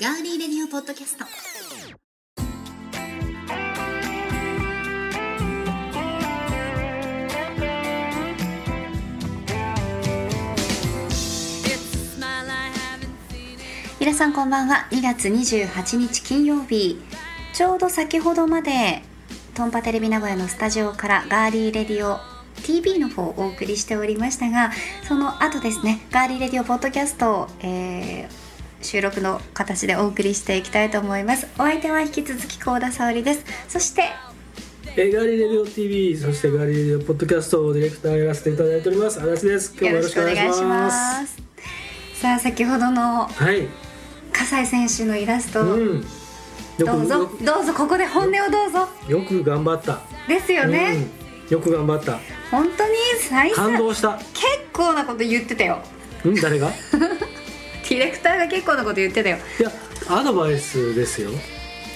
ガーリーレディオポッドキャスト皆さんこんばんは2月28日金曜日ちょうど先ほどまでトンパテレビ名古屋のスタジオからガーリーレディオ TV の方をお送りしておりましたがその後ですねガーリーレディオポッドキャストを、えー収録の形でお送りしていきたいと思いますお相手は引き続き高田沙織ですそしてえーガーリーレディオ TV そしてガーリーレディオポッドキャストをディレクターをやらせていただいております足立です今日もよよろろししくくおお願願いいししまますすさあ先ほどのはい笠井選手のイラスト、うんよどうくぞよどうぞここで本音をどうぞよく頑張ったですよね、うん、よく頑張った本当に最初感結動した構なこと言ってたようん誰がいディレクターが結構なこと言ってたよやアドバイスですよ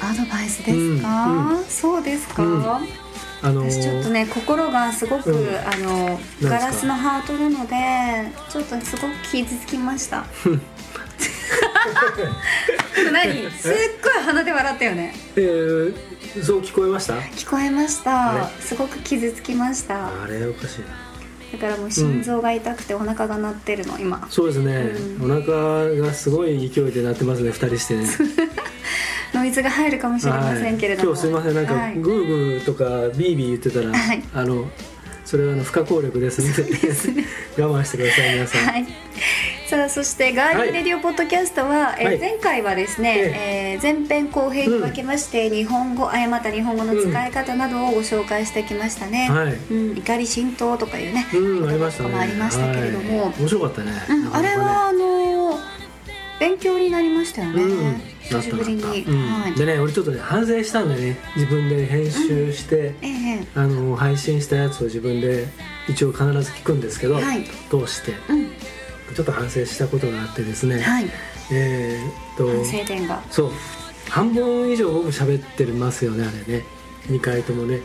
アドバイスですか、うんそうですか、うんあのー私ちょっとね心がすごく、うんあのかガラスのハートなのでちょっとすごく傷つきましたでも 何すっごい鼻で笑ったよねえーそう聞こえました聞こえましたあすごく傷つきましたあれおかしいなだからもう心臓が痛くてお腹が鳴ってるの今そうですね、うお腹がすごい勢いで鳴ってますね二人してねノイズが入るかもしれませんけれども、はい、今日すいませんなんか、はいグーグーとかビービー言ってたら、はいあのそれはあの不可抗力ですので 我慢してください皆さん、はい。さあそしてガーリーレディオポッドキャストは、えーはい前回はですね、えー前編後編に分けまして、日本語誤った日本語の使い方などをご紹介してきましたね、はいうん、怒り浸透とかいうね、うんありましたねありましたけれどもはい面白かったね、うん、あれはあのー勉強になりましたよなかね、なかねうん、久しぶりに、なったなったうんはい、でね俺ちょっとね反省したんだよね自分で編集して、えええあの配信したやつを自分で一応必ず聞くんですけど、はい通してえうんちょっと反省したことがあってですね、はいえーっと反省点がそう半分以上僕喋ってますよねあれね2回ともね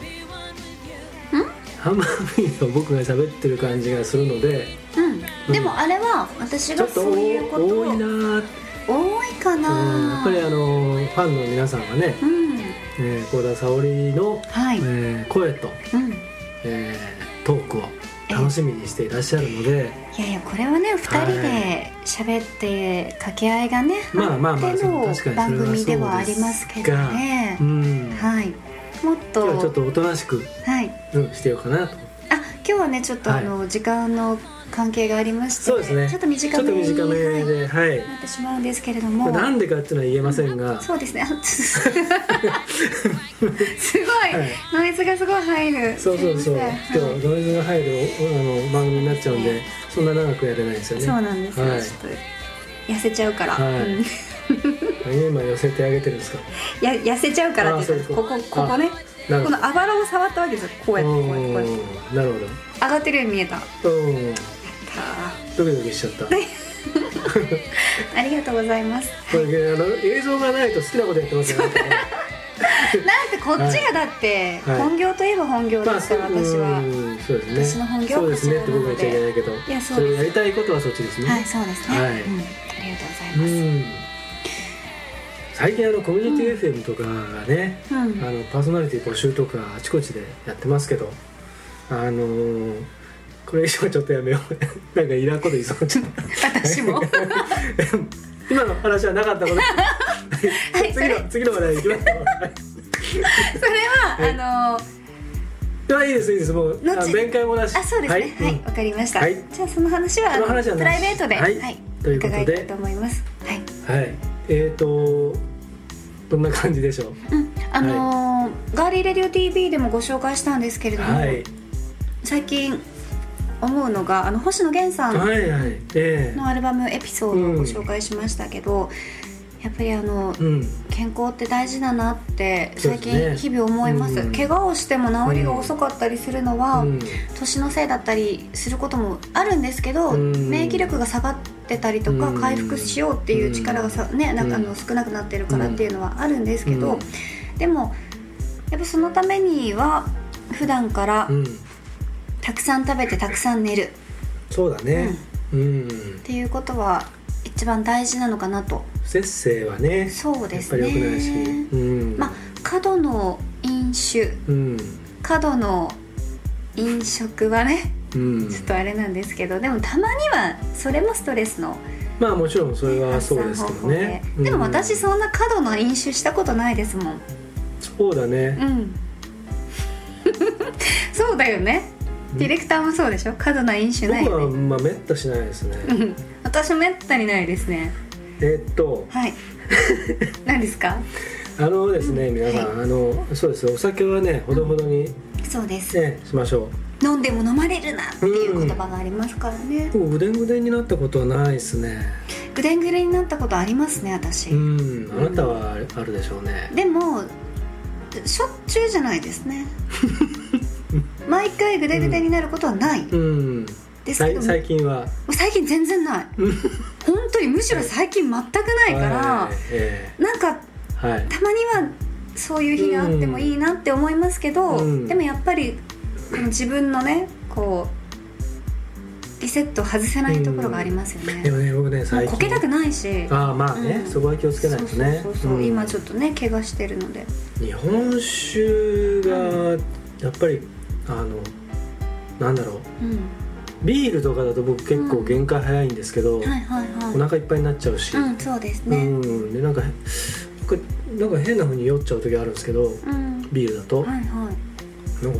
半分以上僕が喋ってる感じがするのでうんでもあれは私ちょがっとそういうこと多をいなーって多いかうんなやっぱりあのファンの皆さんはねうんえー幸田沙織の、はい、えー声と、うんえートークを楽しみにしていらっしゃるので、いやいやこれはね2人で喋って掛け合いがね、まあまあまああってのそう確かにそれは番組ではありますけどねう、ん今はいもっ日とはちょっとおとなしく、はい、うん、してようかなとあ今日はねちょっとあの、時間の関係がありましてそうですねちょっと短ちょっめとに短めはいで、はいなってしまうんですけれどこもれなんでかっていうのは言えませんが、そうですね あちょっとすごい、はいノイズがすごい入るそうそうそう。すいません今日ノイズが入るおあの番組になっちゃうんで、そんな長くやれないんですよね。そうなんですよ、はいちょっと痩せちゃうから、はいうん 何今寄せてあげてるんですか。や痩せちゃうからっていうかあこそうこいうことここねあなるこほどのあばらを触ったわけですよこうやってこうやってこうやっておーなるほ上がってるように見えたど。うん。あドキドキしちゃった。りがとうござい ますこれあの映像がないと好きなことやってますよね。なんてこっちがだってはい本業といえば本業 ですからう私は、んそうですね。私の本業はそうですねこっちてらな僕のでは言っちゃいけないけど。いやそうそですれやりたいことはそっちですね。はいそうですね、はいうん、ありがとううございん。最近あのコミュニティ FM とかがね、ますうん、あのパーソナリティ募集とかあちこちでやってますけどあのー、これ以上ちょっとやめよう なんかいらんこと言いそうになっちゃった私 もはい今の話はなかったことそれそ次れの次の話題いきましょはあのうはいいいですいいですもうあ後弁解もなしあそうですねははいいうんわ、かりました、はいじゃあその話はあのその話はなしプライベートではいということ伺でいたいと思いますはいはいえーとどんな感じでしょううんあのーガーリーレディオ TV でもご紹介したんですけれども、はい最近思うのがあの星野源さんはいはいええのアルバムエピソードをご紹介しましたけど、やっぱりあのうん健康って大事だなってそう最です近ね日々思いますうん怪我をしても治りが遅かったりするのは、うん年のせいだったりすることもあるんですけど、うん免疫力が下がってたりとか、うん回復しようっていう力がさ、ね、なんかあのうん少なくなってるからっていうのはあるんですけど、うんでもやっぱそのためには普段からうんたくさん食べてたくさん寝るっそうだねうんていうことは一番大事なのかなと不節制はねそうですやっぱり良くないし、ねうん、まあ過度の飲酒うん過度の飲食はねうんちょっとあれなんですけどでもたまにはそれもストレスのまあもちろんそれは発そう散です方けど法で、ね、うんでも私そんな過度の飲酒したことないですもんそうだうね、ん そうだよねうんディレクターもそうでしょ過度な飲酒ない僕はよねまあめったしないですね、うん私めったにないですねえっとはい 何ですかあのですね、皆さん、はあのそうですお酒はねほどほどに、そうですね、しましょ飲んでも飲まれるなっていう言葉がありますからねうもうぐでんぐでんになったことはないですねぐでんぐでんになったことありますね私、うんあなたはあるでしょうねでもしょっちゅうじゃないです ね毎回ぐでぐでになることはないうんですさけいど、も最近はう最近全然ない本当にむしろ最近全くないから、はいえなんかえはいたまにはそういう日があってもいいなって思いますけど、うんでもやっぱりこの自分のねこうリセットを外せないところがありますよね、でもね僕ねもう最近こけたくないしああまあね、うんそこは気をつけないとねそうそうそうそう、うん今ちょっとね怪我してるので日本酒がやっぱりあのなんだろううんビールとかだと僕結構限界早いんですけど、はいはいおは腹いっぱいになっちゃうし、いうんそうですうねんでなんか僕なんか変な風に酔っちゃう時あるんですけどうん、ビールだと、はいはなんか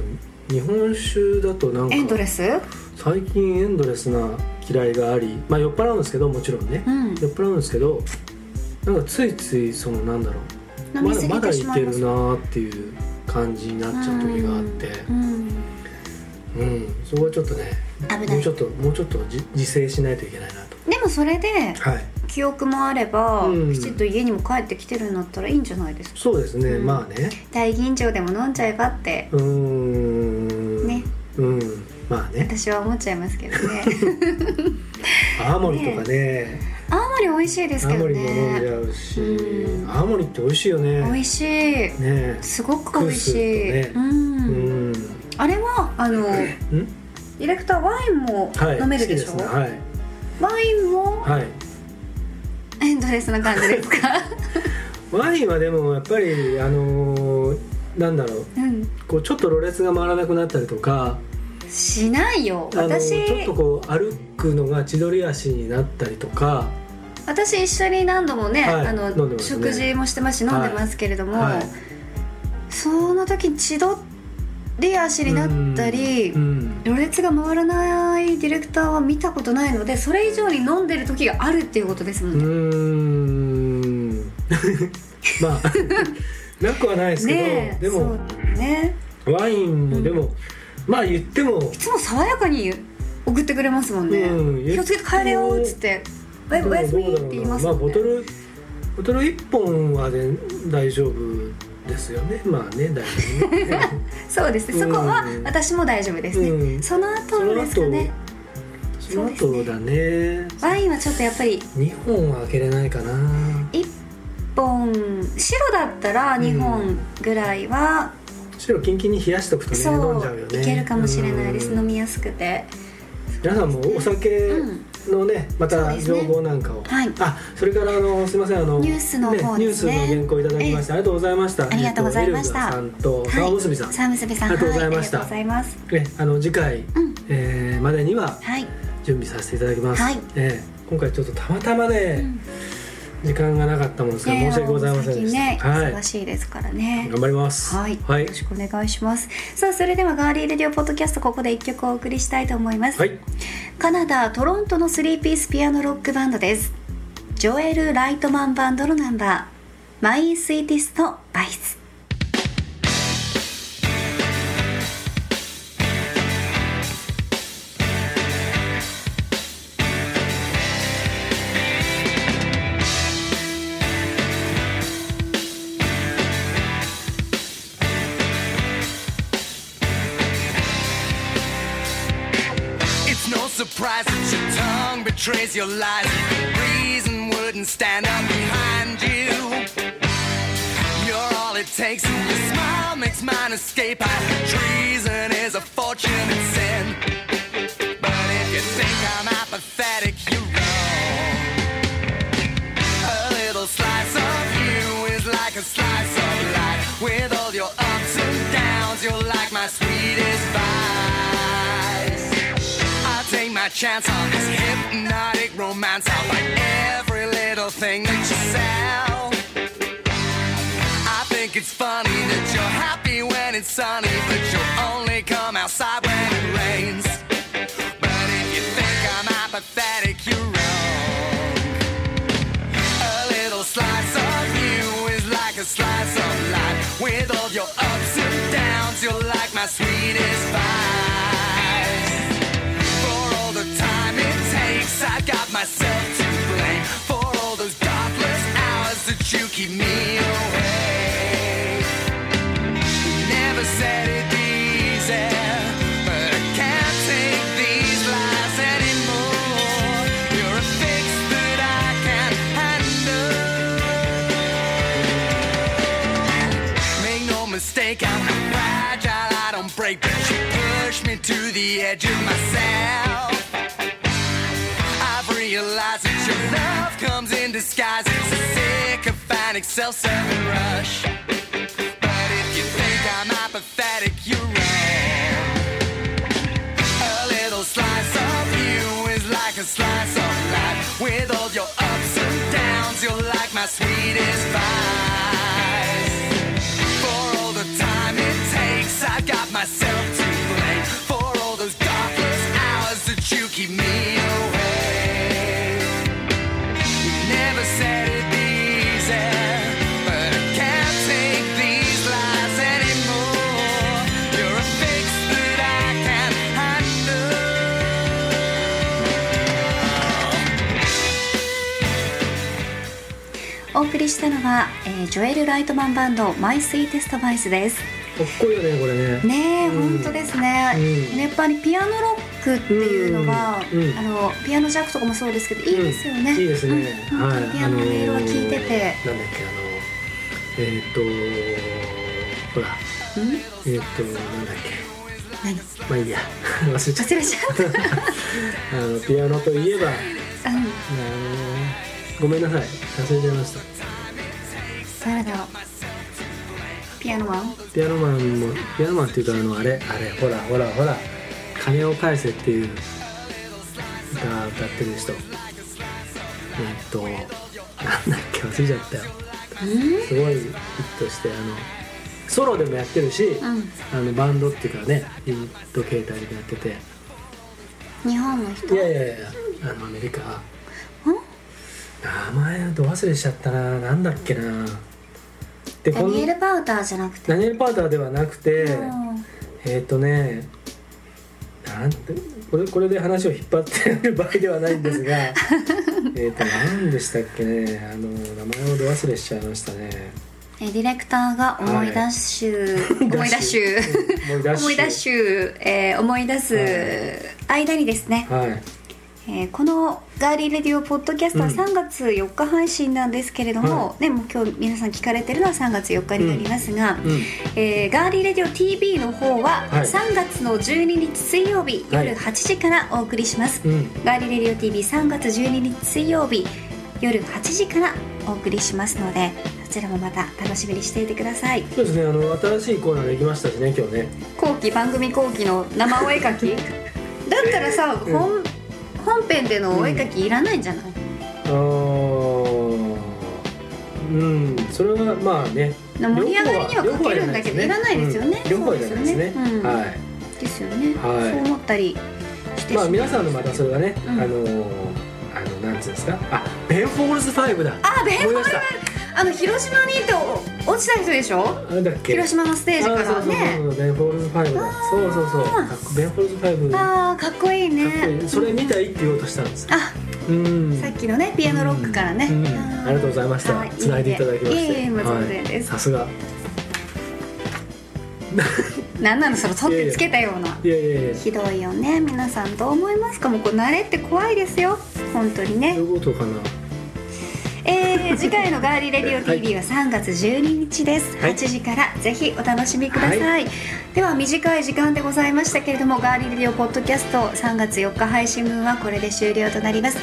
日本酒だとなんいエンドレかス最近エンドレスな嫌いがありまあ酔っ払うんですけどもちろんね、うん酔っ払うんですけどなんかついついそのなんだろう飲みすぎまだていしまけいるまなすーっていう感じになっちゃう時があってうんうん、そこはちょっとね危なもういちょっともうちょっとじ自制しないといけないなとでもそれではい記憶もあれば、うんきちっと家にも帰ってきてるんだったらいいんじゃないですかそうですね、うんまあね大吟醸でも飲んじゃえばってうーんねうんまあね私は思っちゃいますけどね 青森とかね青森美味しいです青けど森も飲んじねゃうし、うん青森って美味しいよね美味しいねすごく美味しい、クースーとうねうんん、あれはあ のデうん、ィレクターワインもはい飲めるでしょ、好きすねはいワインもはいエンドレスな感じですかワインはでもやっぱりあのーなんだろううんこうちょっとろれつが回らなくなったりとかしないよあの私ちょっとこう歩くのが千鳥足になったりとか私一緒に何度もね、はいあの飲んでますね食事もしてますし飲んでますけれども、はいはいその時に千鳥足になったりうんうんろれつが回らないディレクターは見たことないのでそれ以上に飲んでる時があるっていうことですもうんね。ーんまあなくはないですけど、ねえでそもうねワインもでも、まあ言ってもいつも爽やかに送ってくれますもんね「うん気をつけて帰れよ」っつって「おやおやすみ」って言いますもんね、あボトルボトル1本はで大丈夫ですよねまあね大丈夫ねそうですねそこはうん私も大丈夫ですね、うんその後ですかねそのそうです後ねだねワインはちょっとやっぱり2本は開けれないかな1本白だったら2本ぐらいは、白キンキンに冷やしとくとね飲んじゃうよねいけるかもしれないです、うん飲みやすくて皆さんもお酒うんのね、まそうたですね情報なんかを、はいあそれからあのすみませんあのニュースの方ですねニュースの原稿いただきまして、ありがとうございましたありがとうございましたえっとエルガさんと沢結びさん、沢結びさんありがとうございましたはありがとうございますえあの次回、うんえーまでにははい、準備させていただきます、はいえー今回ちょっとたまたまね、うん時間がなかったもんですから申し訳ございませんでした、ね、はい忙しいですからね頑張りますはい、はいよろしくお願いしますさあそれではガーリーレディオポッドキャストここで一曲お送りしたいと思います、はいカナダ・トロントのスリーピースピアノロックバンドですジョエル・ライトマンバンドのナンバー「マイ・スイーティスト・バイス」 It's no surprise that your tongue betrays your lies. Reason wouldn't stand up behind you. You're all it takes, and your smile makes mine escape. I, treason is a fortunate sin. But if you think I'm apathetic, you're wrong. A little sweetest vice. I'll take my chance on this hypnotic romance. I'll buy every little thing that you sell. I think it's funny that you're happy when it's sunny, but you'll only come outside when it rains. But if you think I'm apathetic, you're wrong. A little slice of you is like a slice of life. With all your ups and downs, you're like my sweetest vice. For all the time it takes, I got myself to blame. For all those godless hours that you keep me awake. You never said it'd be easy. but I can't take these lies anymore. You're a fix that I can't handle. Make no mistake, I'm not fragile, I don't break, but you push me to the edge of myself. I've realized that your love comes in disguise, it's a sycophantic self-serving rush. But if you think I'm apathetic, you're wrong. A little slice of you is like a slice of life. With all your ups and downs, you're like my sweetest vice. For all the time it takes, I got myself to blame. For all those darkest hours that you keep me awake. You never said it'd be easy. But I can't take these lies anymore. You're a fix that I can't handle. お送りしたのは、えージョエル・ライトマンバンド「マイ・スイーテスト・バイス」ですかっこいいよねこれねねえ、うん本当ですね、うんやっぱりピアノロックっていうのは、うんうんあのピアノジャックとかもそうですけどいいですよね、うんいいですね、うんは本当いにピアノの音色が効いてて、あのーなんだっけあのえーっ、とほらうんえーっ、となんだっけ何まあいいや 忘れちゃっ忘れちゃったたあのピアノといえばあのうんーごめんなさい忘れちゃいました誰だろうピアノマンピアノマンもピアノマンっていうかあのあれあれほらほらほら金を返せっていう歌歌ってる人えーっとなんだっけ忘れちゃったようすごいヒットしてあのソロでもやってるし、ん、あのバンドっていうかねユニット形態でやってて日本の人いやいやいやあのアメリカうん名前ど忘れしちゃったななんだっけなでダこのニエル・パウターじゃなくて、ダニエル・パーターではなくて、うんえっ、ー、とねなんてこれこれで話を引っ張ってる場合ではないんです がえっと何でしたっけねあの名前をど忘れしちゃいましたねえディレクターが思い出し、思い出し、思い出し思い出し、えー思い出す間にですね、はいえーこの「ガーリーレディオ」ポッドキャストはうん3月4日配信なんですけれども、はね、もう今日皆さん聞かれてるのは3月4日になりますが、うんえーガーリーレディオ TV の方ははい3月の12日水曜日はい夜8時からお送りします、うんガーリーレディオ TV3 月12日水曜日夜8時からお送りしますのでそちらもまた楽しみにしていてくださいそうですねあの新しいコーナーできましたしね今日ね後期番組後期の生お絵描き だったらさ、うん本本編でのお絵描きいらないんじゃない、あーうんそれはまあね盛り上がりには欠けるんだけどいらないですよね両方はいらないですねそうですよねうんはいですよね、はいそう思ったりしてまあし皆さんのまたそれはね、うんあのーあのなんつうんですかあベンフォールズ5だあベンフォール思い出したあの広島に行って落ちた人でしょあれだっけ広島のステージかあそらうそうねそうそうベンフォールズ5だそうそうそうかっこベンフォールズ5かっあーかっこいいねこいいねそれ見たいって言おうとしたんですあうんさっきのねピアノロックからね、うんーありがとうございましたはつないでいただきましていえいえもう全然です、さすがなんなのその取ってつけたようないやいやいやひどいよね皆さんどう思いますかもうこう慣れって怖いですよ本当にどねういうことかなえー、次回の「ガーリーレディオ TV」は3月12日です、はい8時からぜひお楽しみください、はでは短い時間でございましたけれども「ガーリーレディオ」ポッドキャスト3月4日配信分はこれで終了となります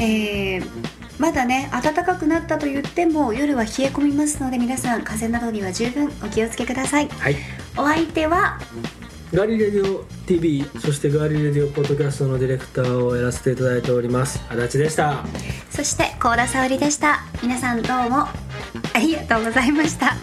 えーまだね暖かくなったと言っても夜は冷え込みますので皆さん風邪などには十分お気をつけくださいはいお相手はガリレディオ TV そしてガリレディオポッドキャストのディレクターをやらせていただいております足立でしたそして甲田沙織でした皆さんどうもありがとうございました